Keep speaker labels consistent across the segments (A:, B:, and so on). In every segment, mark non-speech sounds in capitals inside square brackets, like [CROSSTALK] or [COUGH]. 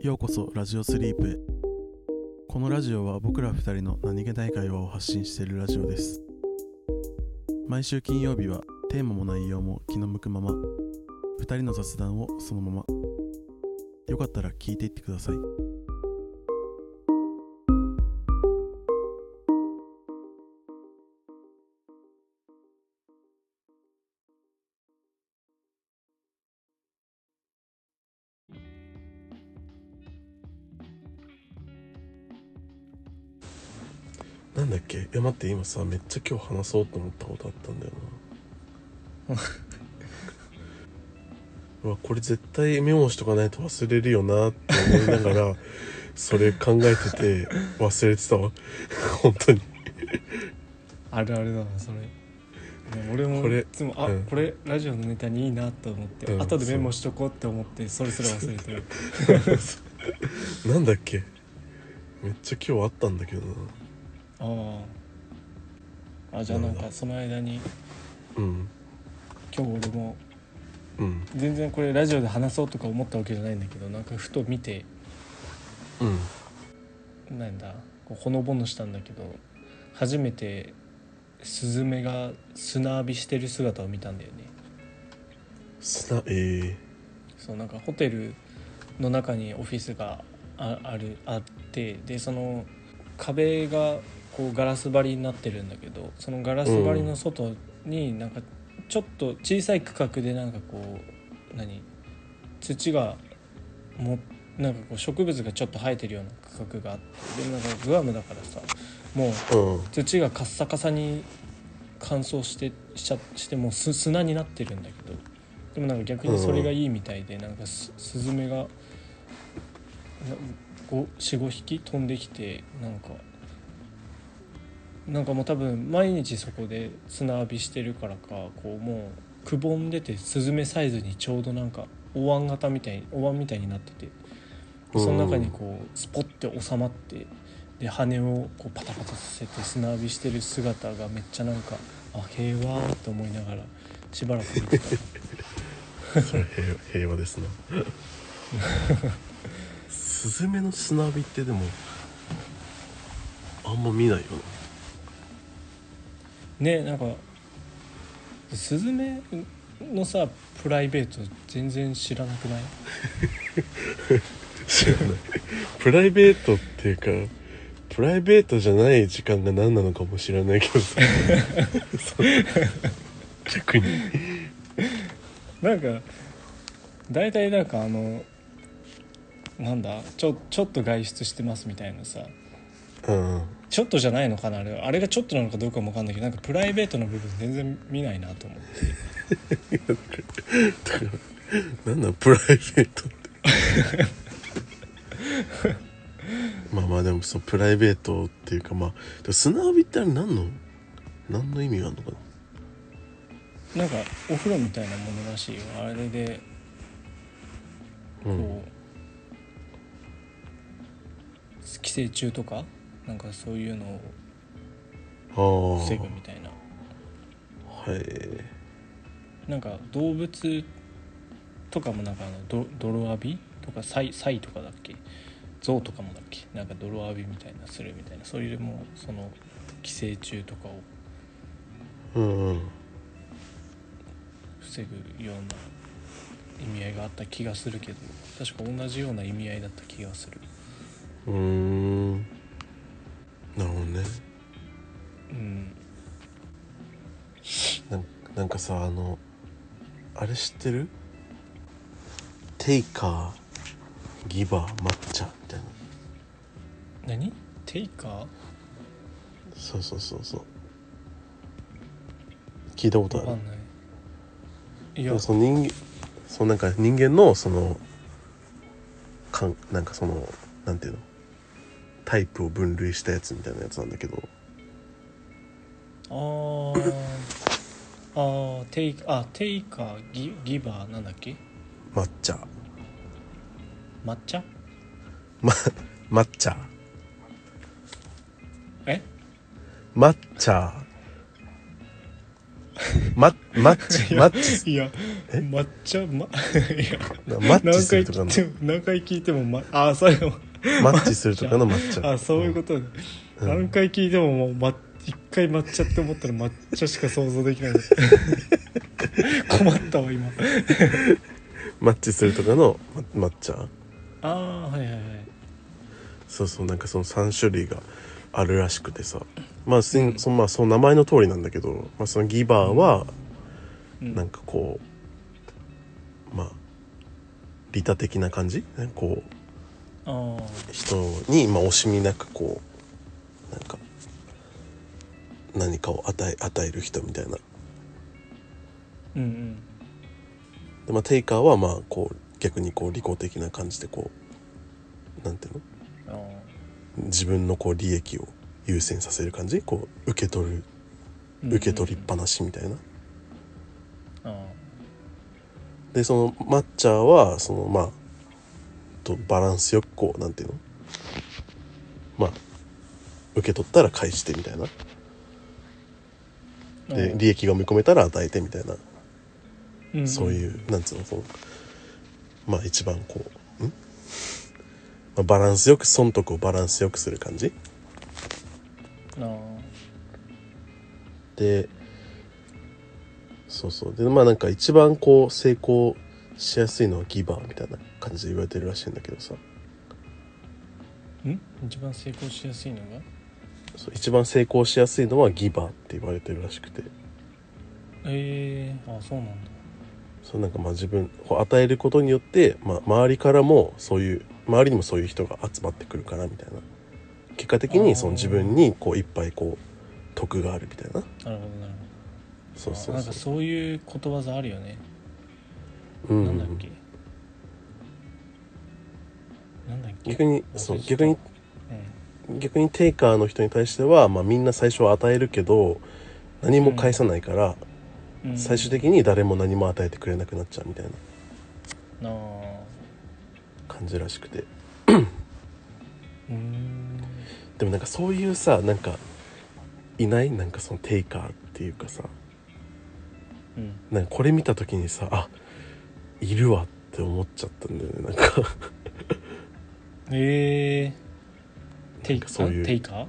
A: ようこそラジオスリープへこのラジオは僕ら2人の何気ない会話を発信しているラジオです毎週金曜日はテーマも内容も気の向くまま2人の雑談をそのままよかったら聞いていってください
B: なんだっけいや待って今さめっちゃ今日話そうと思ったことあったんだよ
C: [LAUGHS]
B: なうわこれ絶対メモしとかないと忘れるよなって思いながらそれ考えてて忘れてたわ本当に
C: あるあるだなそれ俺も
B: これ
C: いつもあ、
B: うん
C: これラジオのネタにいいなと思って、
B: うん
C: 後でメモしとこうって思ってそれすら忘れて
B: [LAUGHS]
C: る
B: なんだっけめっちゃ今日あったんだけどな
C: あああじゃあなん
B: なん
C: かその間に
B: うん
C: 今日俺も
B: うん
C: 全然これラジオで話そうとか思ったわけじゃないんだけどなんかふと見て
B: うん
C: なんだこうほのぼのしたんだけど初めてスズメが砂浴びしてる姿を見たんだよね
B: 砂え
C: そうなんかホテルの中にオフィスがああるあってでその壁がこうガラス張りになってるんだけどそのガラス張りの外になんかちょっと小さい区画でなんかこう何土がもなんかこう植物がちょっと生えてるような区画があってでもなんかグアムだからさもう
B: ー、うん
C: 土がカッサカサに乾燥してしちゃしてもうす砂になってるんだけどでもなんか逆にそれがいいみたいで、なんかすスズメがなご45匹飛んできてなんかなんかもう多分毎日そこで砂浴びしてるからかこうもうくぼんでてスズメサイズにちょうどなんかお椀型みたいにお椀みたいになっててその中にこうスポッて収まってで羽をこうパタパタさせて砂浴びしてる姿がめっちゃなんかあ平和と思いながらしばらく見てた
B: それ平和平和ですなスズメの砂浴びってでもあんま見ないよ
C: ねなんかスズメのさプライベート全然知らなくない
B: な知らないプライベートっていうかプライベートじゃない時間が何なのかも知らないけどさそう逆に
C: なんか大体なんかあのなんだちょちょっと外出してますみたいなさ
B: うん
C: ちょっとじゃないのかなあれはあれがちょっとなのかどうかもわかんないけどなんかプライベートの部分全然見ないなと思って
B: だから何なのプライベートってまあまあでもそうプライベートっていうかまあでも砂浴びってあれ何の何の意味があるのかな
C: なんかお風呂みたいなものらしいよあれで
B: う
C: こう、
B: ん、
C: 寄生虫とかなんかそういうのを
B: ああ
C: 防ぐみたいな
B: はい
C: なんか動物とかもなんかあのど泥浴びとかサイサイとかだっけゾウとかもだっけなんか泥浴びみたいなするみたいなそういうもうその寄生虫とかを
B: うんうん
C: 防ぐような意味合いがあった気がするけど確か同じような意味合いだった気がする
B: うーんなるほどね
C: うん
B: なんなんかさあのあれ知ってるテイカーギバー抹茶みたいな
C: 何テイカー
B: そうそうそうそう聞いたこと
C: わ
B: あ
C: か
B: る
C: んないい
B: で
C: や
B: もその人間そうなんか人間のそのかんなんかそのなんていうのタイプを分類したやつみたいなやつなんだけど
C: あーあーテイあテイカーギギバーなんだっけ
B: 抹茶
C: 抹茶
B: ま抹茶
C: え
B: 抹茶ママッチ
C: いや
B: マッチ
C: いや
B: え
C: 抹茶ま [LAUGHS] いや
B: なマッチ
C: 何
B: する
C: 回
B: とか
C: 聞
B: の
C: いても何回聞いても、ま、あそれも
B: マッチするとかの抹茶
C: あそういうこと、
B: うん
C: 何回聞いてももう、ま、一回抹茶って思ったら抹茶しか想像できない
B: [LAUGHS]
C: 困ったわ今
B: マッチするとかのま抹茶
C: ああはいはいはい
B: そうそうなんかその3種類があるらしくてさまあすんそのまあその名前の通りなんだけど、まあ、そのギバーは
C: うん
B: なんかこうまあ利他的な感じなんかこう
C: あー
B: 人に、まあ、惜しみなくこうなんか何かを与え与える人みたいな
C: うんうん
B: で、まあ、テイカーはまあこう逆にこう利己的な感じでこうなんていうの
C: あー
B: 自分のこう利益を優先させる感じこう受け取る
C: うんうん
B: 受け取りっぱなしみたいな。
C: あー
B: でその抹茶はそのまあとバランスよくこうなんていうのまあ受け取ったら返してみたいな
C: あ
B: で
C: ー
B: 利益が見込めたら与えてみたいな
C: うん
B: そういうなんつうのそのまあ一番こう、んまあ、バランスよく損得をバランスよくする感じ
C: あー
B: でそうそうでまあなんか一番こう成功しやすいのはギバーみたいな感じで言われてるらしいんだけどさ
C: ん一番成功しやすいのが
B: そう一番成功しやすいのはギバーって言われてるらしくて
C: ええー、あそうなんだ
B: そうなんかまあ自分を与えることによって、まあ、周りからもそういう周りにもそういう人が集まってくるからみたいな結果的
C: あー
B: にその自分にこういっぱいこう得があるみたいな
C: なるほどなるほど
B: そうそう
C: あなん
B: そ
C: か
B: う
C: そういうことわざあるよね、
B: うん
C: なんだっけなんだっけ
B: 逆にそう逆に
C: う
B: 逆にテイカーの人に対しては、まあ、みんな最初は与えるけど何も返さないから、
C: んうん
B: 最終的に誰も何も与えてくれなくなっちゃうみたいな
C: ああ
B: 感じらしくて
C: うーん
B: でもなんかそういうさなんかいないなんかそのテイカーっていうかさ
C: うん
B: なんかこれ見た時にさあいるわって思っちゃったんだよねなんか [LAUGHS]
C: えー、テ
B: なん
C: イ
B: か
C: カ
B: そうい
C: ー
B: う
C: テイカー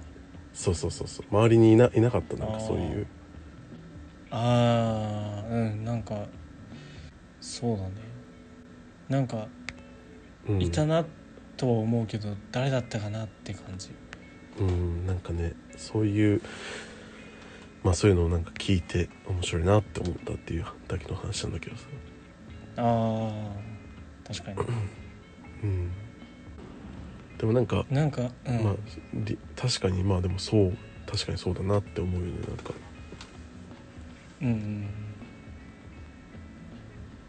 B: そうそうそうそう周りにいないなかったなんかそういう
C: ああうんなんかそうだねなんか
B: うん
C: いたなとは思うけど、誰だったかなって感じ
B: うんなんかねそういうまあそういうのをなんか聞いて面白いなって思ったっていうだけの話なんだけどさ
C: ああ確か
B: うんでもなんか、
C: になんかうん、
B: まあり確かにまあでもそう確かにそうだなって思うよねなんか
C: うんうん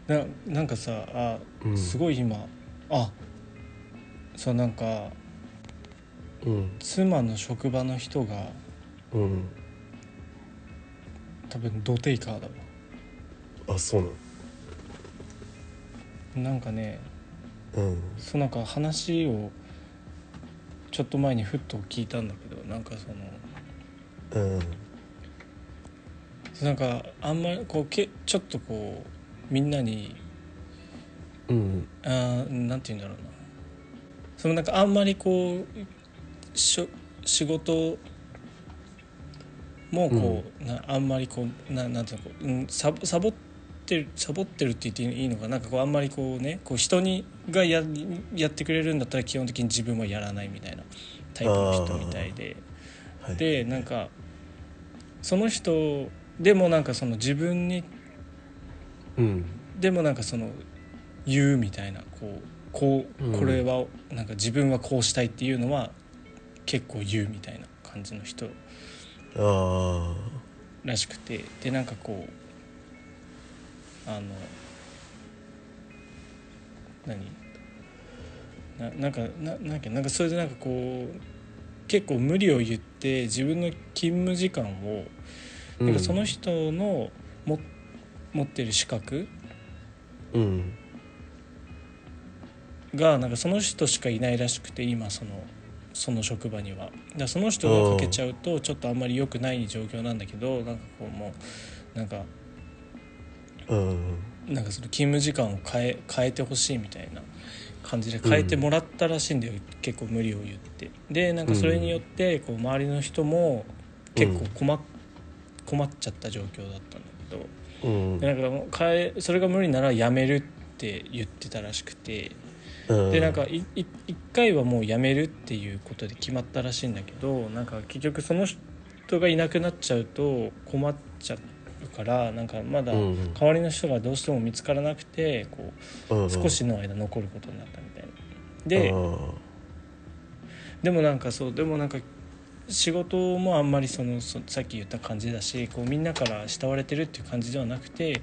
C: ななんかさあ
B: うん
C: すごい今あそうなんか
B: うん
C: 妻の職場の人が
B: うん
C: 多分ドテイカーだわ
B: あそうな
C: なんかね
B: のうん
C: そうなんか話をちょっと前にふっと聞いたんだけどなんかその
B: うん
C: そうなんかあんまりこうけちょっとこうみんなに
B: うん
C: あーなんて言うんだろうなそのなんかあんまりこうしょ仕事もこう、なあんまりこうななんていうのこう、うん、サボサボってるサボってるって言っていいのかなんかこうあんまりこうねこう人にがややってくれるんだったら基本的に自分はやらないみたいなタイプの人みたいで。
B: はい
C: でなんかその人でもなんかその自分に
B: うん
C: でもなんかその言うみたいなこうこ
B: うん
C: うこれはなんか自分はこうしたいっていうのは結構言うみたいな感じの人
B: あ
C: らしくてでなんかこうあの何ななんかななんかなんかそれでなんかこう結構無理を言って自分の勤務時間を
B: あ
C: なんかその人のも持ってる資格
B: うん
C: がなんかその人しかいないらしくて今そのその職場にはだからその人がかけちゃうとちょっとあんまり良くない状況なんだけどなんかこうもうなんか
B: うん
C: なんかその勤務時間を変え変えてほしいみたいな感じで変えてもらったらしいんだよ、結構無理を言ってでなんかそれによってこう周りの人も結構困っ,、困っちゃった状況だったんだけど
B: うん
C: でなんかもう変えそれが無理なら辞めるって言ってたらしくて
B: うん
C: でなんかいい一回はもう辞めるっていうことで決まったらしいんだけどなんか結局その人がいなくなっちゃうと困っちゃうからなんかまだ
B: うん
C: 代わりの人がどうしても見つからなくてこ
B: う
C: うん少しの間残ることになったみたいな。
B: う
C: で
B: ん
C: でもなんかそうでもなんか仕事もあんまりそのそさっき言った感じだしこうみんなから慕われてるっていう感じではなくて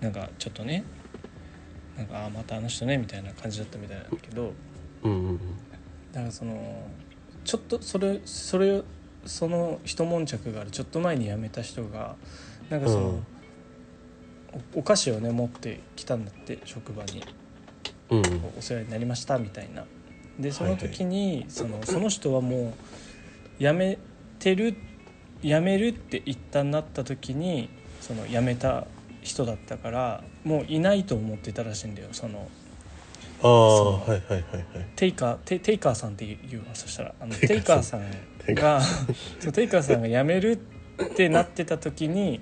C: なんかちょっとねなんかあーまたあの人ねみたいな感じだったみたいなんだけど。
B: うん
C: だからそのちょっとそれそれをその一悶着があるちょっと前に辞めた人がなんかその、
B: うん
C: おお菓子をね持ってきたんだって職場に
B: うん
C: お世話になりましたみたいなでそ
B: は
C: の
B: いはい
C: 時に、そのその人はもう辞めてる辞めるって一旦なった時にその辞めた人だったからもういないと思ってたらしいんだよその
B: ああはいはいはいはい
C: テイカーテテイカーさんっていうわそしたらあの
B: テ
C: テ
B: イ
C: イ
B: カ
C: カ
B: ー
C: ー
B: さ
C: さん
B: テイカ
C: が [LAUGHS] そうテイカーさんが辞めるってなってた時に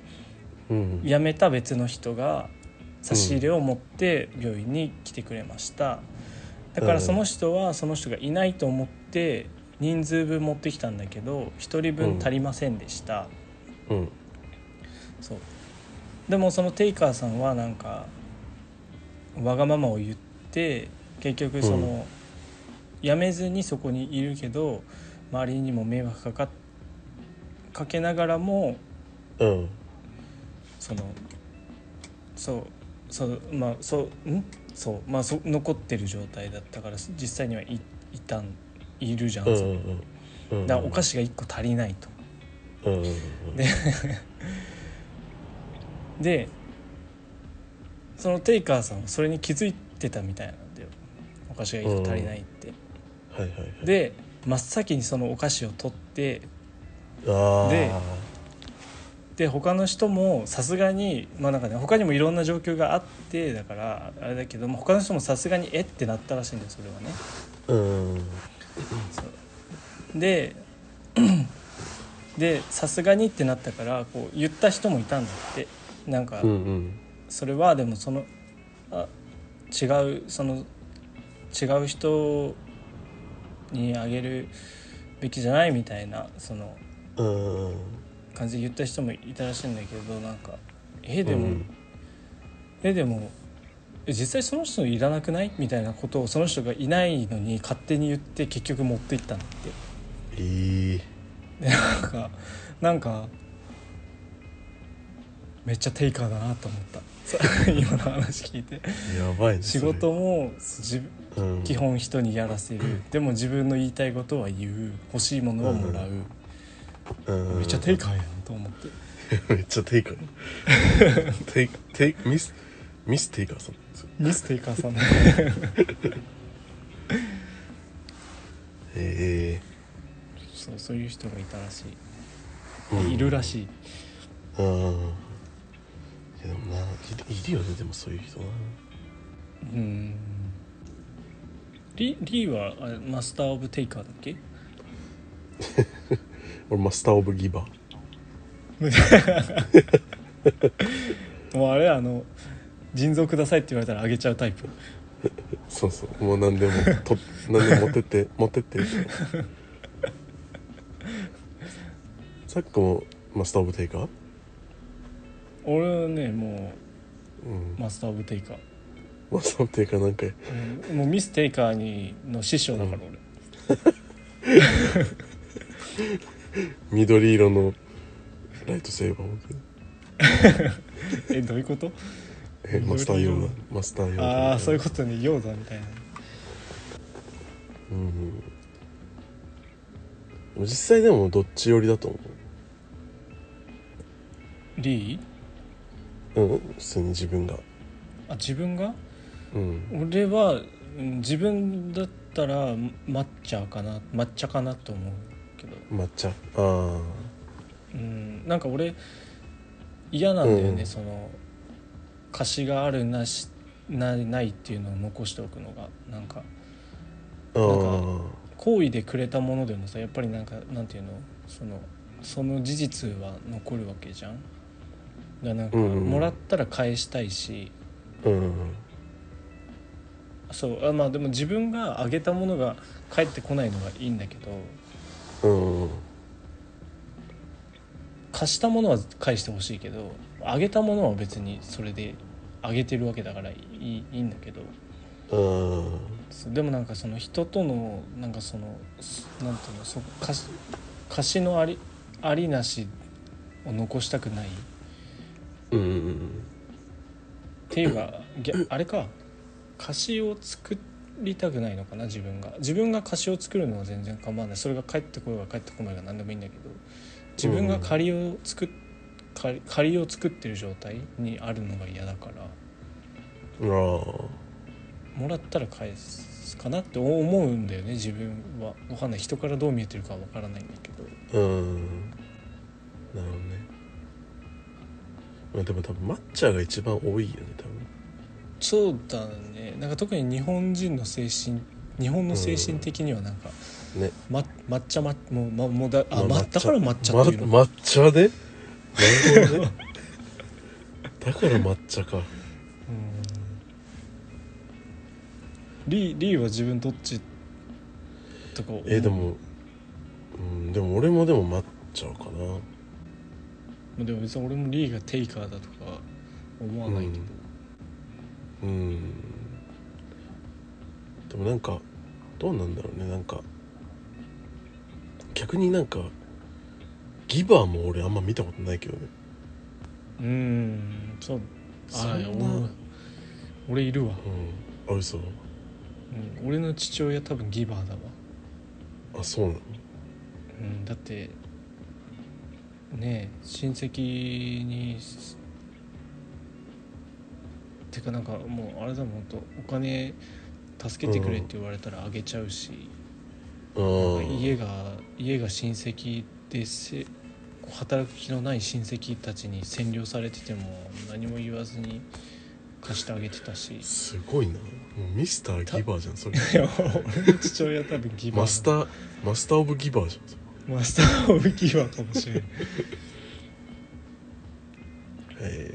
B: うん
C: 辞めた別の人が差し入れを持って病院に来てくれましただからその人はその人がいないと思って人数分持ってきたんだけど1人分足りませんでした、
B: うん
C: そうでもそのテイカーさんはなんかわがままを言って結局その、辞めずにそこにいるけど周りにも迷惑かかっかけながらも
B: うん
C: そのそうそうまあそうんそうまあそ残ってる状態だったから実際にはいいたんいるじゃん、
B: うん
C: その
B: うん
C: だからお菓子が1個足りないと。
B: うん
C: ででそのテイカーさんはそれに気づいてたみたいなんだよお菓子が1個足りないって、
B: はいはいはい
C: で真っ先にそのお菓子を取って
B: あ
C: でで他の人もさすがにまあなんかね他にもいろんな状況があってだからあれだけども他の人もさすがにえってなったらしいんだよそれはね
B: あうん
C: ででさすがにってなったからこう言った人もいたんだってなんか、
B: うんうん
C: それはでもそのあ違うその違う人にあげるべきじゃないみたいなその
B: うん
C: 感じで言った人もいたらしいんだけどなんか「え
B: う
C: でも、
B: ん
C: えでもえ実際その人いらなくない?」みたいなことをその人がいないのに勝手に言って結局持っていったんだって。
B: いい
C: でなんかなんかめっちゃテイカーだなと思った [LAUGHS] そう今の話聞いて
B: やばいね
C: 仕
B: それ
C: 事も自分
B: うん
C: 基本人にやらせるでも自分の言いたいことは言う欲しいものをもらう、
B: うん
C: めっちゃテイカーやんと思って
B: [LAUGHS] めっちゃ
C: [LAUGHS]
B: テイカーテイテイミスミステイカーさん
C: ミステイカーさんだ
B: え
C: そうそういう人がいたらしい
B: えうん
C: いるらしい
B: うんいやでもないるいるよねでもそういう人な
C: うんリリーはあれマスター・オブ・テイカーだっけ
B: 俺マスターオブギバー
C: もうあれあの腎臓くださいって言われたらあげちゃうタイプ
B: そうそうもう何でも [LAUGHS] と何でも持ってって持ってってさっきもマスターオブテイカー
C: 俺はねも
B: うん
C: うマスター・オブ・テイカー
B: マスターオブテイカーなんか
C: うんもうミス・テイカーにの師匠だから俺、
B: 緑色のライトセーバーを持ってる
C: えどういうこと
B: えマスター用
C: 緑
B: の
C: 色
B: マスター用
C: ああそういう
B: こ
C: ことねヨーダみたいな
B: とうん実際でもどっち寄りだと思
C: リー
B: ううん普通に自分が
C: あ自分が
B: うん
C: 俺はうん自分だったら抹茶かな抹茶かなと思うけど
B: 抹茶あ
C: うんなんか俺嫌なんだよね、
B: うん
C: その貸しがあるなしなないっていうのを残しておくのがなんか
B: あ
C: なん
B: ー
C: 好意でくれたものでもさやっぱりなんかなんていうのそのその事実は残るわけじゃん。だからなんか
B: うんうん
C: もらったら返したいし、
B: うん
C: そうあまあでも自分があげたものが返ってこないのがいいんだけ
B: う
C: ど
B: んうん
C: 貸したものは返してほしいけどあげたものは別にそれであげてるわけだからいいいいんだけど
B: うん
C: そうでもなんかその人とのなんかそのすなんていうのそ貸し貸しのありありなしを残したくないっ
B: うんうん
C: ていうかぎゃあれか貸しを作りたくないのかな自分が自分が貸しを作るのは全然構わないそれが返ってこようが返ってこないが何でもいいんだけど自分が借りを作っ借り借りを作ってる状態にあるのが嫌だから
B: うんああ
C: もらったら返すかなって思うんだよね自分はわかんない人からどう見えてるかはわからないんだけど
B: うんなるほどねまあでも多分マッチャーが一番多いよね多分
C: そうだねなんか特に日本人の精神日本の精神的にはなんか、
B: うんね
C: ま、抹茶まもう、ま、もうだあ、
B: ま
C: ま、
B: あ
C: だから抹茶っていうの、
B: ま抹茶でなるほどね [LAUGHS] だから抹茶か
C: うんリーリーは自分どっちとか思う
B: えでもうんでも俺もでも抹茶かな
C: でも別に俺もリーがテイカーだとか思わないけど、
B: うんでもなんかどうなんだろうねなんか逆になんかギバーも俺あんま見たことないけどね
C: うーんそうあ
B: そんな
C: 俺俺いるわ、
B: うんあ嘘
C: うん、俺の父親多分ギバーだわ、
B: あそうなの
C: うん、だってねえ親戚にてかなんかもうあれだもんほんとお金助けてくれって言われたらあげちゃうし、
B: うん
C: 家が家が親戚でせ働く気のない親戚たちに占領されてても何も言わずに貸してあげてたし
B: す [LAUGHS] ごいなもうミスターギバーじゃんそれ
C: いや俺の父親多分ギバー
B: マスターマスターオブギバーじゃんそれ
C: マスターオブギバーかもしれない
B: へ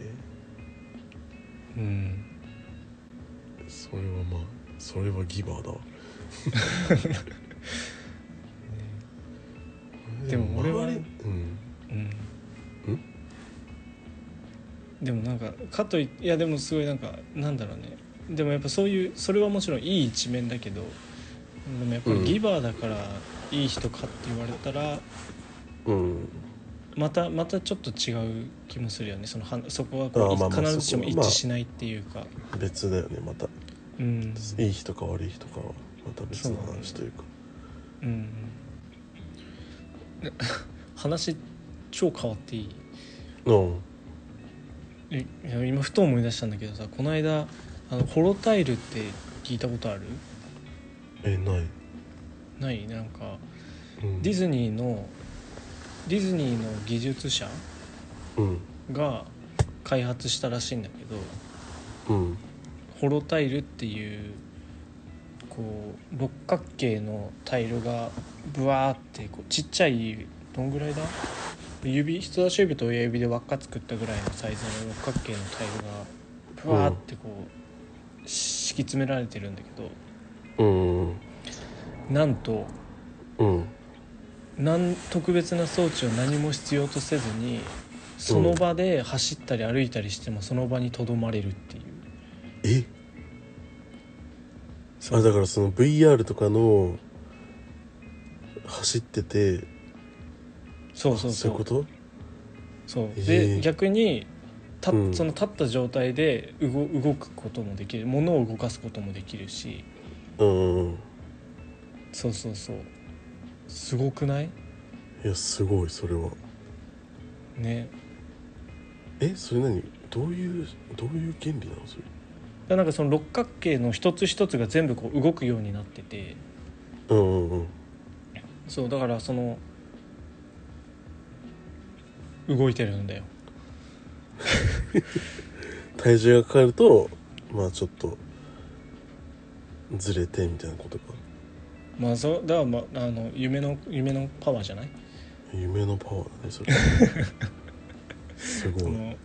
C: うん
B: えそれはまあそれはギバーだわ
C: [LAUGHS] でも俺は
B: 周りうん
C: うんでもなんかかといいやでもすごいなんかなんだろうねでもやっぱそういうそれはもちろんいい一面だけどでもやっぱり
B: うん
C: ギバーだからいい人かって言われたら、
B: うん
C: またまたちょっと違う気もするよねそのはそこは
B: あ
C: こ
B: ーまあ
C: う
B: まあ
C: 必ずし
B: そ
C: も
B: こ
C: 一
B: はまあ
C: 致しないっていうか、
B: 別だよねまた
C: うん
B: いい日とか悪い日とかはまた別の話というか
C: うん、 [LAUGHS] 話超変わっていい
B: うん
C: えいや今ふと思い出したんだけどさこの間あのホロタイルって聞いたことある
B: えない
C: ないなんか
B: うん
C: ディズニーのディズニーの技術者
B: うん
C: が開発したらしいんだけど
B: うん
C: ホロタイルっていうこう六角形のタイルがブワーってこうちっちゃいどんぐらいだ指人差し指と親指で輪っか作ったぐらいのサイズの六角形のタイルがブワーってこう敷き詰められてるんだけど
B: うんうん
C: なんと
B: うん
C: なん特別な装置を何も必要とせずにその場で走ったり歩いたりしてもその場にとどまれるっていう
B: え
C: そ
B: あ
C: う
B: だからその VR とかの走ってて
C: そうそ
B: そう
C: うそ
B: いうこ
C: う
B: と
C: そう
B: え
C: で
B: ー
C: 逆にた
B: うん
C: その立った状態で動動くこともできる物を動かすこともできるし
B: うんうんうん
C: そうそうそうすごくない
B: いやすごいそれは
C: ね
B: えそれ何どういうどういう原理なのそれ
C: だからなんかその六角形の一つ一つが全部こう動くようになってて
B: うんうんうん
C: そうだからその動いてるんだよ
B: 体重がかかるとまあちょっとずれてみたいなことか
C: まあそうだから、まあ、あの夢の夢のパワーじゃない
B: 夢のパワーだねそ
C: [LAUGHS]
B: れすご
C: そ
B: い
C: の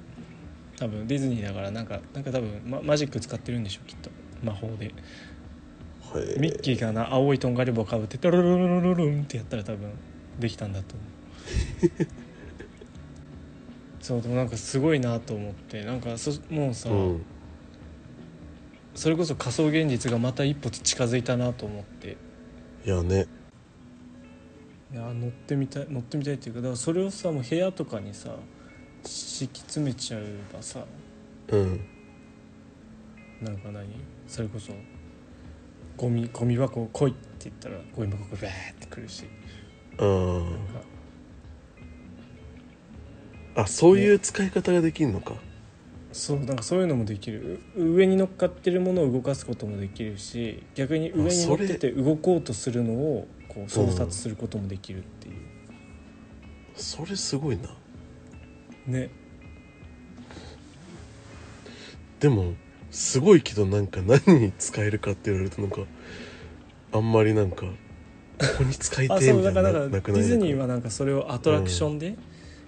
C: 多分ディズニーだからなんかなんか多分ママジック使ってるんでしょきっと魔法で
B: はい
C: ミッキーがな青いトンガリ帽かぶってトロロロロロロンってやったら多分できたんだと思うそうでもなんかすごいなと思ってなんかそもうさ、
B: うん
C: それこそ仮想現実がまた一歩近づいたなと思って
B: いやね
C: いや乗ってみたい乗ってみたいっていうかだからそれをさもう部屋とかにさ敷き詰めちゃえばさ
B: うん
C: なんか何それこそゴミゴミ箱来いって言ったらゴミ箱がバーって来るし
B: あー
C: なんか
B: あそういう使い方ができるのか、
C: そうなんかそういうのもできるう上に乗っかってるものを動かすこともできるし逆に上に乗ってて動こうとするのをこう操作することもできるっていう、
B: それすごいな
C: ね
B: でもすごいけどなんか何に使えるかって言われるとなんかあんまりなんかここに使いて
C: [LAUGHS] あ
B: えみ
C: そう
B: た
C: だ
B: い
C: か
B: な
C: ら
B: な
C: だから
B: なくな
C: デ
B: い
C: ィズニーはなんかそれをアトラクションで、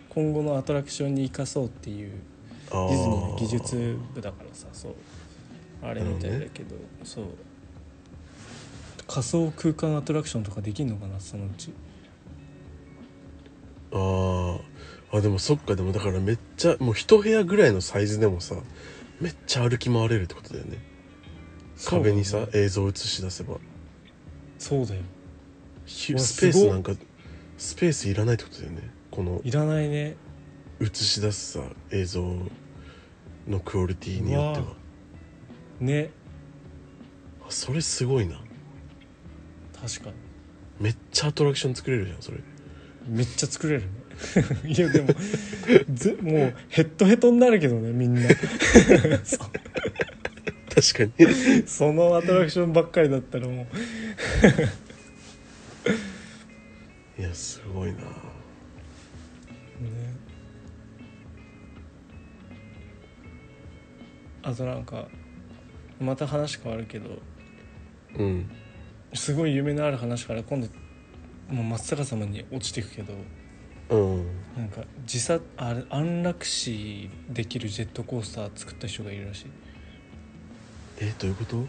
C: 今後のアトラクションに生かそうっていう
B: デ
C: ディズニーの技術部だからさそうあれみたいだけど、そう仮想空間アトラクションとかできんのかなそのうち
B: あーあでもそっかでもだからめっちゃもう一部屋ぐらいのサイズでもさめっちゃ歩き回れるってことだよね壁に
C: そう
B: さ
C: だね
B: 映像映し出せば
C: そうだよ
B: ひ
C: うわ
B: スペー
C: す
B: ス
C: ごっ
B: なんかスペースいらないってことだよねこの
C: いらないね
B: 映し出すさ映像のクオリティによって
C: う
B: は
C: わね
B: あそれすごいな
C: 確か
B: めっちゃアトラクション作れるじゃんそれ
C: にめっちゃ作れるね [LAUGHS] いやでもぜもうヘッドヘトになるけどねみんな [LAUGHS] そ
B: 確かに
C: そのアトラクションばっかりだったらもう
B: [LAUGHS] いやすごいな
C: ねあとなんかまた話変わるけど
B: うん
C: すごい夢のある話から今度もう真っ逆さまに落ちていくけど
B: うん
C: なんか自殺あれ安楽死できるジェットコースター作った人がいるらし
B: えどういうこと
C: い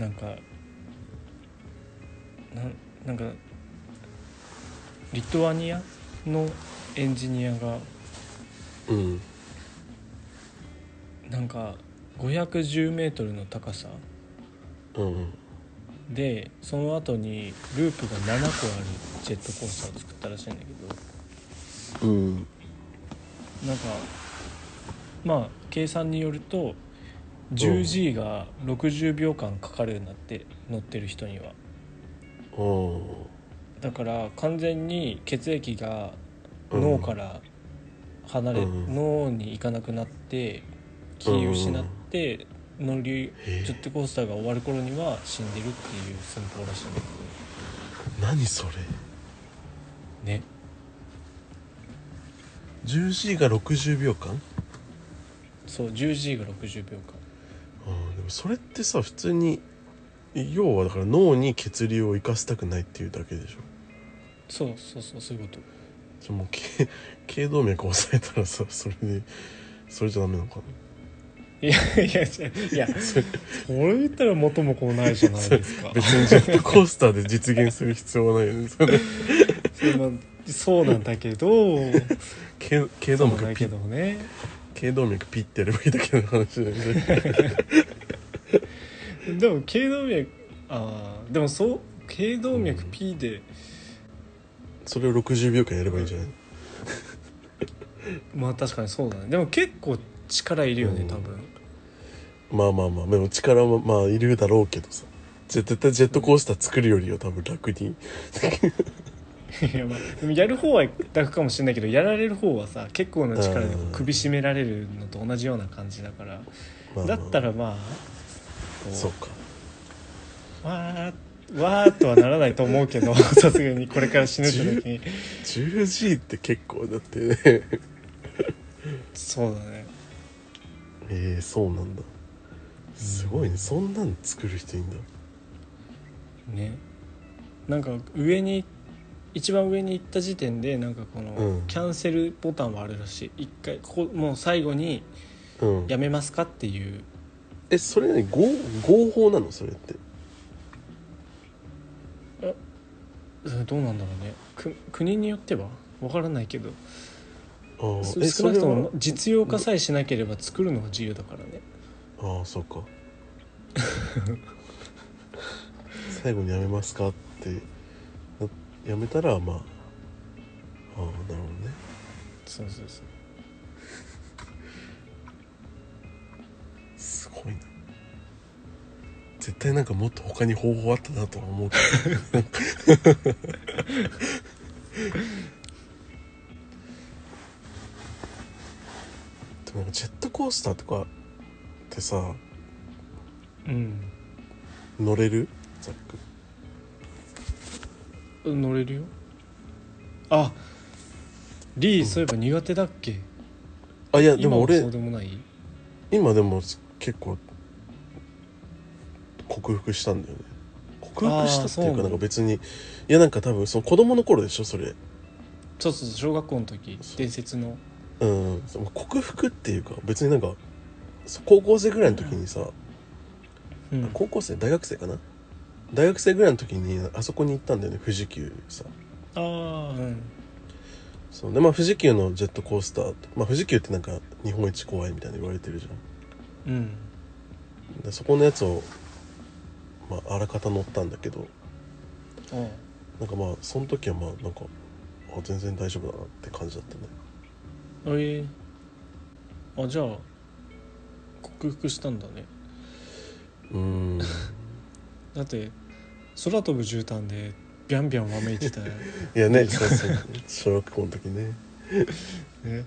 C: なんかなんなんかリトアニアのエンジニアが
B: うん
C: なんか510メートルの高さ
B: うんうん
C: でその後にループが7個あるジェットコースターを作ったらしいんだけど
B: うん
C: なんかまあ計算によると 10G が60秒間かかるようになって乗ってる人には
B: お
C: だから完全に血液が脳から離れ、
B: うん
C: 脳に行かなくなって気を失って乗り
B: え
C: ジェットコースターが終わる頃には死んでるっていう寸法らしいんだ
B: 何それ
C: けどね
B: 10G が60秒間
C: そう 10G が60秒間
B: あーでもそれってさ普通に要はだから脳に血流を生かせたくないっていうだけでしょ
C: そうそうそうそういうこと
B: じゃあもうけ [LAUGHS] 頸動脈を抑えたらさそれでそれじゃダメなのか
C: [LAUGHS] いやいや違ういや
B: なそれ
C: [LAUGHS] それ言ったら元も子もないじゃないですか
B: 別にジェットコースターで実現する必要はないよねそ
C: [LAUGHS]
B: れ
C: そうまあそうなんだけど
B: 頸頸
C: そ
B: 動
C: うなん
B: 脈
C: だ
B: ピ
C: け
B: ッ
C: どね
B: 頸動脈ピッてやればいいだけの話だよね
C: でも頸動脈ああでもそう頸動脈 P で、
B: それを60秒間やればいいんじゃない
C: まあ確かにそうだねでも結構力いるよね、
B: うん
C: 多分 [LAUGHS]
B: まあまあまあでも力もまあいるだろうけどさぜ絶対ジェットコースター作るよりは多分楽に
C: いや、まあ、でもやる方は楽かもしれないけどやられる方はさ結構な力でこう
B: うん
C: 首絞められるのと同じような感じだから、
B: まあま
C: だ
B: あ
C: ったらまあこう
B: そうか
C: わーわーっとはならないと思うけど [LAUGHS] さすがにこれから死ぬって時に
B: 10G って結構だってね
C: そうだね
B: [LAUGHS] えー、そうなんだすごいねそんなん作る人いいんだ
D: ねなんか上に一番上に行った時点でなんかこの
B: うん
D: キャンセルボタンはあるらしい一回ここもう最後に
B: うん
D: やめますかっていう
B: えそれ何合合法なのそれって
D: それどうなんだろうねく国によってはわからないけど
B: あー
D: そ
B: え
D: 少なくと
B: それは
D: も実用化さえしなければ作るのは自由だからね
B: ああそうか [LAUGHS] 最後にやめますかってなやめたらまあああなるほどね
D: そうそうそう
B: すごいな絶対なんかもっと他に方法あったなとは思うけどでもなんかジェットコースターとかってさ
D: うん
B: 乗れるザック
D: 乗れるよあリー、そういえば苦手だっけ
B: あいやで
D: 今
B: も
D: は
B: 俺
D: そうでもない
B: 今でも結構克服したんだよね克服したっていう
D: あーそうな
B: か
D: の
B: なんか別にいやなんか多分その子供の頃でしょそれ
D: そうそうそう小学校の時
B: そう
D: 伝説の
B: うんその克服っていうか別になんかそう高校生ぐらいの時にさ、
D: うん
B: 高校生大学生かな大学生ぐらいの時にあそこに行ったんだよね富士急さ
D: ああうん
B: そうでまあ富士急のジェットコースターと、まあ、富士急ってなんか日本一怖いみたいな言われてるじゃん
D: うん
B: でそこのやつを、まあ、あらかた乗ったんだけど
D: あ
B: なんかまあその時はまあなんかあ全然大丈夫だなって感じだったね
D: あえー、あじゃあ克服したんだね
B: うーん
D: だって空飛ぶ絨毯でビャンビャンわめいてたら
B: いやねそうそう小学校の時ね
D: ね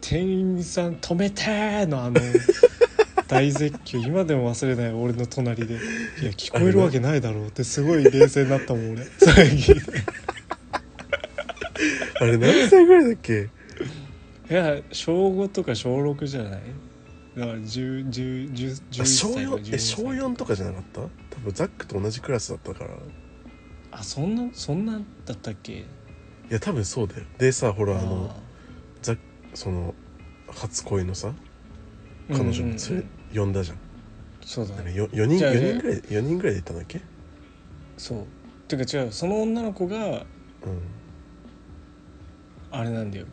D: 店員さん止めてーの
B: [LAUGHS]
D: あの大絶叫今でも忘れない俺の隣でいや聞こえるわけないだろうってすごい冷静になったも
B: [LAUGHS]
D: ん俺最近
B: あれ何歳ぐらいだっけ
D: いや小5とか小6じゃないだから10 10 10
B: あ
D: 11
B: 小
D: 歳とか
B: 4え小
D: 14歳
B: 4とかじゃなかった多分ザックと同じクラスだったからい
D: あそんなそんなだったっけ
B: や多分そうだよでさほらあの
D: あ
B: その初恋のさ
D: ー
B: 彼女
D: うんうん
B: もそれ呼んだじゃん
D: そうだ
B: なん
D: ね
B: かよ4人
D: じゃあ
B: 四人ぐらい四人ぐらいで行ったんだっけ
D: そうてか違うその女の子が
B: うん
D: あれなんだよ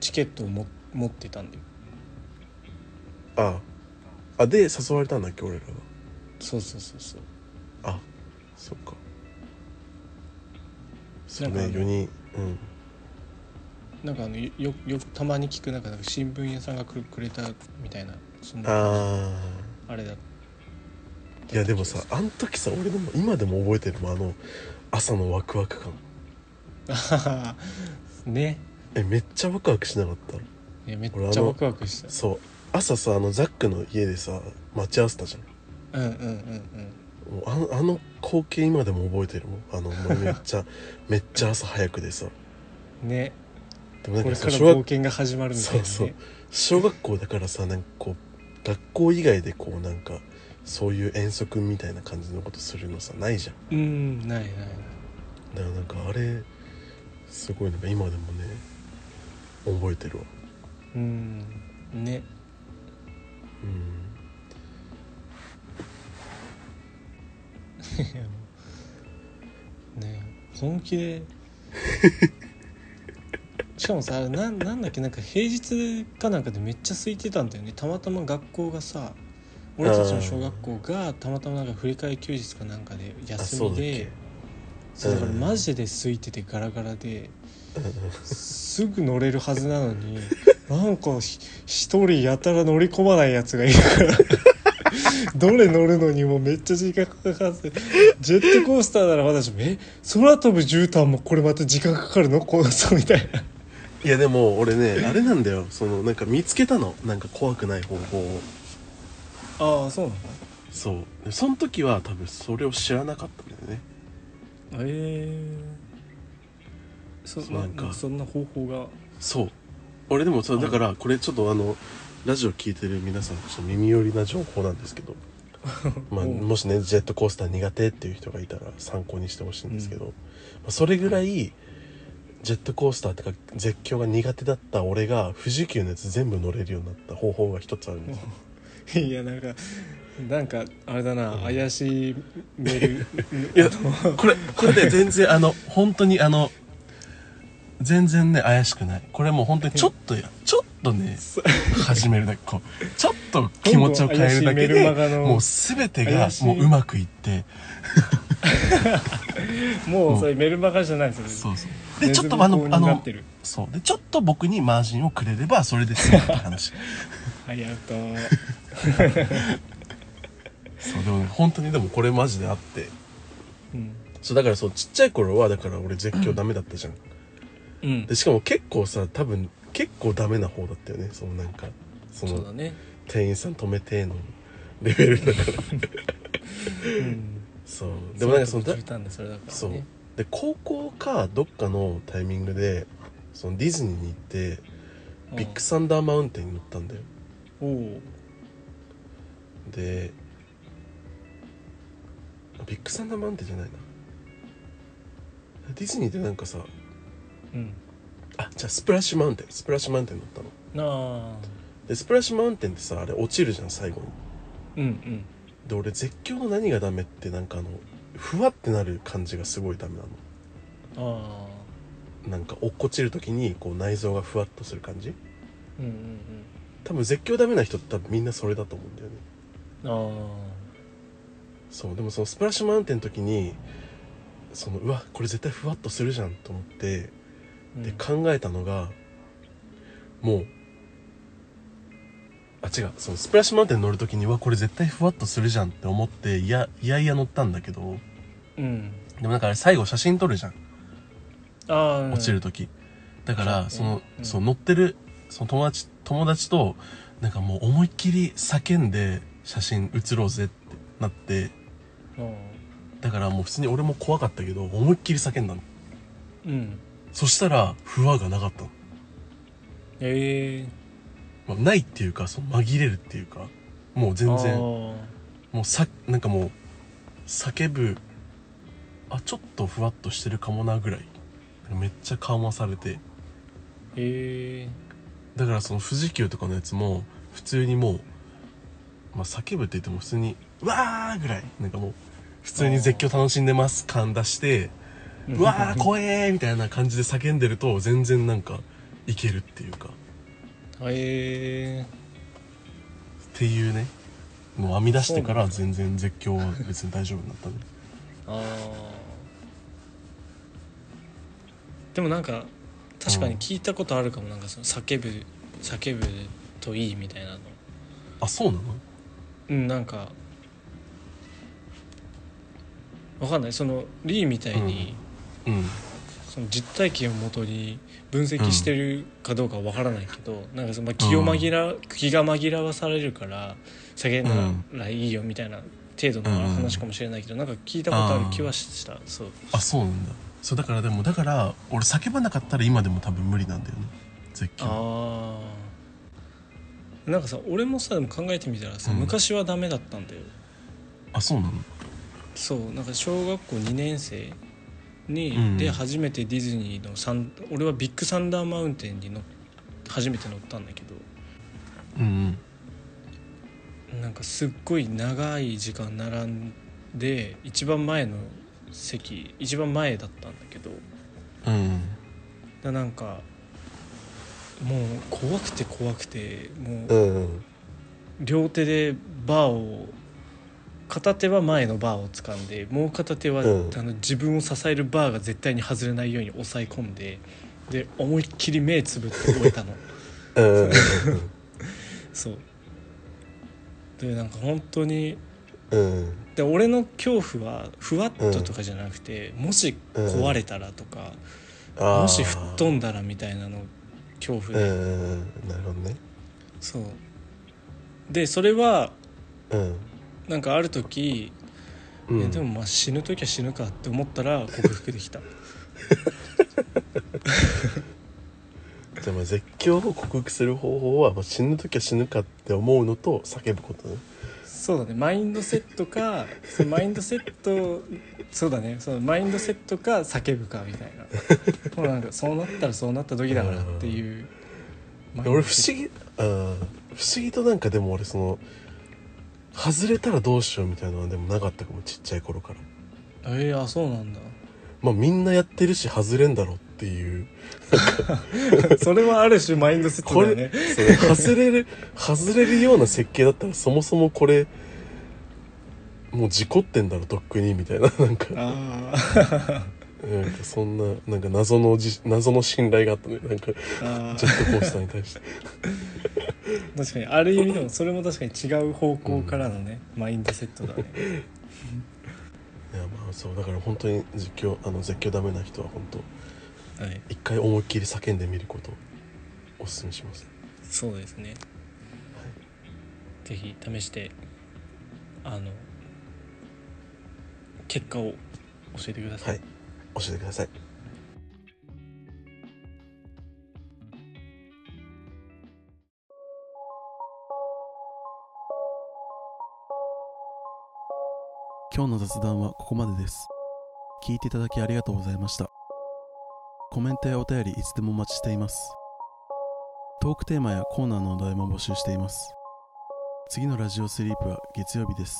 D: チケットをも持ってたんだよ
B: ああで誘われたんだっけ俺らが
D: そうそうそうそう
B: あそっかそう
D: なん
B: ね
D: かあの
B: 4人うん
D: なんかあのよよよくたまに聞くなんかなんか新聞屋さんがくれくれたみたいなそんな
B: あ
D: あれだ
B: あいやでもさあん時さ俺でも今でも覚えてるもんあの朝のワクワク感
D: あは
B: [LAUGHS]
D: はね
B: えめっちゃワクワクしなかった
D: いやめっ
B: 俺あ
D: ちゃ
B: の
D: ワクワクした
B: そう朝さあのザックの家でさ待ち合わせたじゃん
D: うんうんうんうん
B: もうあのあの光景今でも覚えてるもんあのもうめっ
D: [LAUGHS]
B: ちゃめっちゃ朝早くでさ
D: ね
B: でもなんか
D: これ
B: さ
D: から
B: 小
D: 冒
B: 学
D: 険が始まるみたいな、ね、
B: そうそう小学校だからさなんかこう学校以外でこうなんかそういう遠足みたいな感じのことするのさないじゃん
D: うんないないない
B: だからなんかあれすごいなんか今でもね覚えてるわ
D: うんね [LAUGHS]
B: うん
D: いやもうねえ本
B: [LAUGHS]
D: 気でしかもさなんなんだっけなんか平日かなんかでめっちゃ空いてたんだよねたまたま学校がさ俺たちの小学校がたまたまなんか振り替え休日かなんかで休みでそうだから
B: うん
D: マジで空いててガラガラで
B: うんうん
D: すぐ乗れるはずなのになんかひ一人やたら乗り込まないやつがいるからどれ乗るのにもめっちゃ時間かかってジェットコースターなら私もえ空飛ぶ絨毯もこれまた時間かかるのこうそうみたいない
B: やでも俺ねあれなんだよそのなんか見つけたのなんか怖くない方法を
D: ああそうなんだ
B: そうでその時は多分それを知らなかったんだよね
D: ええそ
B: なんか
D: そんな方法が
B: そう俺でもそうだからこれちょっとあのラジオ聞いてる皆さんちょっと耳寄りな情報なんですけ
C: [LAUGHS]
B: ど、まあ、
C: うん
B: もしねジェットコースター苦手っていう人がいたら参考にしてほしいんですけど、まあ、それぐらいジェットコースターとか絶叫が苦手だった俺が富士急のやつ全部乗れるようになった方法が一つあるんですよ
C: いやなんかなんかあれだな、
B: うん
C: 怪しいメール
B: いや
C: あの
B: これこれで全然あの本当にあの全然ね怪しくないこれもう本当にちょっとやちょっとね
C: そ
B: 始めるだけこうちょっと気持ちを変えるだけ
C: どんどん怪しいメルマ
B: で
C: ガの
B: もう全てが
C: 怪しい
B: もううまくいって
C: もうそれメルマガじゃないですよ
B: そうそう
C: ね
B: でちょっとあの
C: ネズミ
B: あ
C: 講になっ
B: の
C: てる
B: そうでちょっと僕にマージンをくれればそれで済む
C: [LAUGHS]
B: って話
C: はいアウト
B: そうでもね本当にでもこれマジであって
C: うん
B: そうだからそうちっちゃい頃はだから俺絶叫ダメだったじゃん、
C: うん
B: でしかも結構さ多分結構ダメな方だったよねそのなんかそ
C: そうだ
B: の
C: ね
B: 店員さん止めてのレベルだから
C: [LAUGHS] うん
B: そうでもなんかそのだ
C: ういうとこ聞いたんでそれだからね
B: そうで高校かどっかのタイミングでそのディズニーに行って
C: うん
B: ビッグサンダーマウンテンに乗ったんだよ
C: おお
B: であビッグサンダーマウンテンじゃないなディズニーでなんかさ
C: うん
B: あじゃあスプラッシュマウンテンスプラッシュマウンテン乗ったの
C: なあ
B: でスプラッシュマウンテンってさあれ落ちるじゃん最後に
C: うんうん
B: で俺絶叫の何がダメってなんかあのふわってなる感じがすごいダメなの
C: あ
B: なんか落っこちる時にこう内臓がふわっとする感じ
C: あうんうん
B: 多分絶叫ダメな人って多分みんなそれだと思うんだよね
C: うんあ
B: そうでもそのスプラッシュマウンテンの時にそのうわこれ絶対ふわっとするじゃんと思って
C: あ
B: で考えたのがもうあ違うそのスプラッシュマウンテン乗る時にうわこれ絶対ふわっとするじゃんって思っていやいやいや乗ったんだけど
C: うん
B: でもなんかあれ最後写真撮るじゃん
C: ああうん
B: 落ちる時、だからそ
C: そうね
B: の,、
C: うん
B: その乗ってるその友達友達となんかもう思いっきり叫んで写真写ろうぜってなって
C: う
B: だからもう普通に俺も怖かったけど思いっきり叫んだの
C: ん
B: そしたら不安がなかったの、
C: ええ
B: まあ、ないっていうかその紛れるっていうかもう全然
C: 然
B: もうさなんかもう叫ぶあちょっとふわっとしてるかもなぐらいなんかめっちゃ緩和されて
C: ええ
B: だからその富士急とかのやつも普通にもう、まあ、叫ぶって言っても普通に「うわー!」ぐらいなんかもう普通に絶叫楽しんでます感出して「うわー怖え!」みたいな感じで叫んでると全然なんかいけるっていうか
C: え
B: っていうねもう編み出してから全然絶叫は別に大丈夫になったね
C: ー、ああでもなんか確かに聞いたことあるかもなんかその叫ぶ叫ぶといいみたいなの
B: あそうなの
C: うんなんかわかんないそのリーみたいに、
B: うん
C: その実体験をもとに分析してるかどうかはわからないけど、なんかそのまあ気を紛ら、気が紛らわされるから叫んだらいいよみたいな程度の話かもしれないけど、なんか聞いたことある気はした、そう
B: あそうなんだそうだからでもだから俺叫ばなかったら今でも多分無理なんだよね絶叫
C: ああなんかさ俺もさでも考えてみたらさ、
B: うん
C: 昔はダメだったんだよ
B: あそうなの
C: そうなんか小学校2年生に、
B: うん
C: で初めてディズニーのサン俺はビッグサンダーマウンテンに乗っ初めて乗ったんだけど
B: うんうん
C: なんかすっごい長い時間並んで一番前の席一番前だったんだけど
B: うん
C: だなんかもう怖くて怖くても
B: う
C: うん
B: うん
C: 両手でバーを片手は前のバーを掴んでもう片手は、
B: うん
C: あの自分を支えるバーが絶対に外れないように押さえ込んでで思いっきり目つぶって終
B: [LAUGHS]
C: えたの
B: うん
C: そうでなんか本当に
B: うん
C: で俺の恐怖はふわっととかじゃなくて、もし壊れたらとか、
B: あ
C: もし吹っ飛んだらみたいなの恐怖
B: うん
C: で、
B: うんうんなるほどね
C: そうでそれは
B: うん
C: なんかある時、
B: うん
C: えでもまあ死ぬ時は死ぬかって思ったら克服できた
B: じゃあまあ絶叫を克服する方法は、まあ、死ぬ時は死ぬかって思うのと叫ぶことね
D: [LAUGHS] そうだねマインドセットかそのマインドセットそうだねそのマインドセットか叫ぶかみたい
C: [LAUGHS]
D: なもうなんかそうなったらそうなった時だからっていう
B: で俺不思議あー不思議となんかでも俺その外れたらどうしようみたいなのはでもなかったかもちっちゃい頃から
D: ええあそうなんだ [LAUGHS]
B: まあみんなやってるし外れんだろっていう
D: それはある種マインドセット
B: こ
D: だ
B: れ、
D: よね
B: それ外れる外れるような設計だったらそもそもこれもう事故ってんだろとっくにみたいな [LAUGHS] なんか
D: あー
B: なんかそんななんか謎のじ謎の信頼があったねなんか
D: あ
B: ジ
D: ー
B: ェットコースターに対して [LAUGHS]
D: 確かにある意味でもそれも確かに違う方向からのね、マインドセットだね
B: いやまあそうだから本当に絶叫あの絶叫ダメな人は本当
D: はい
B: 一回思いっきり叫んでみることをおすすめします
D: そうですねぜひ試してあの結果を教えてください、
B: はい教えてください
E: 今日の雑談はここまでです聞いていただきありがとうございましたコメントやお便りいつでもお待ちしていますトークテーマやコーナーのお題も募集しています次のラジオスリープは月曜日です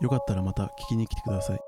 E: よかったらまた聞きに来てください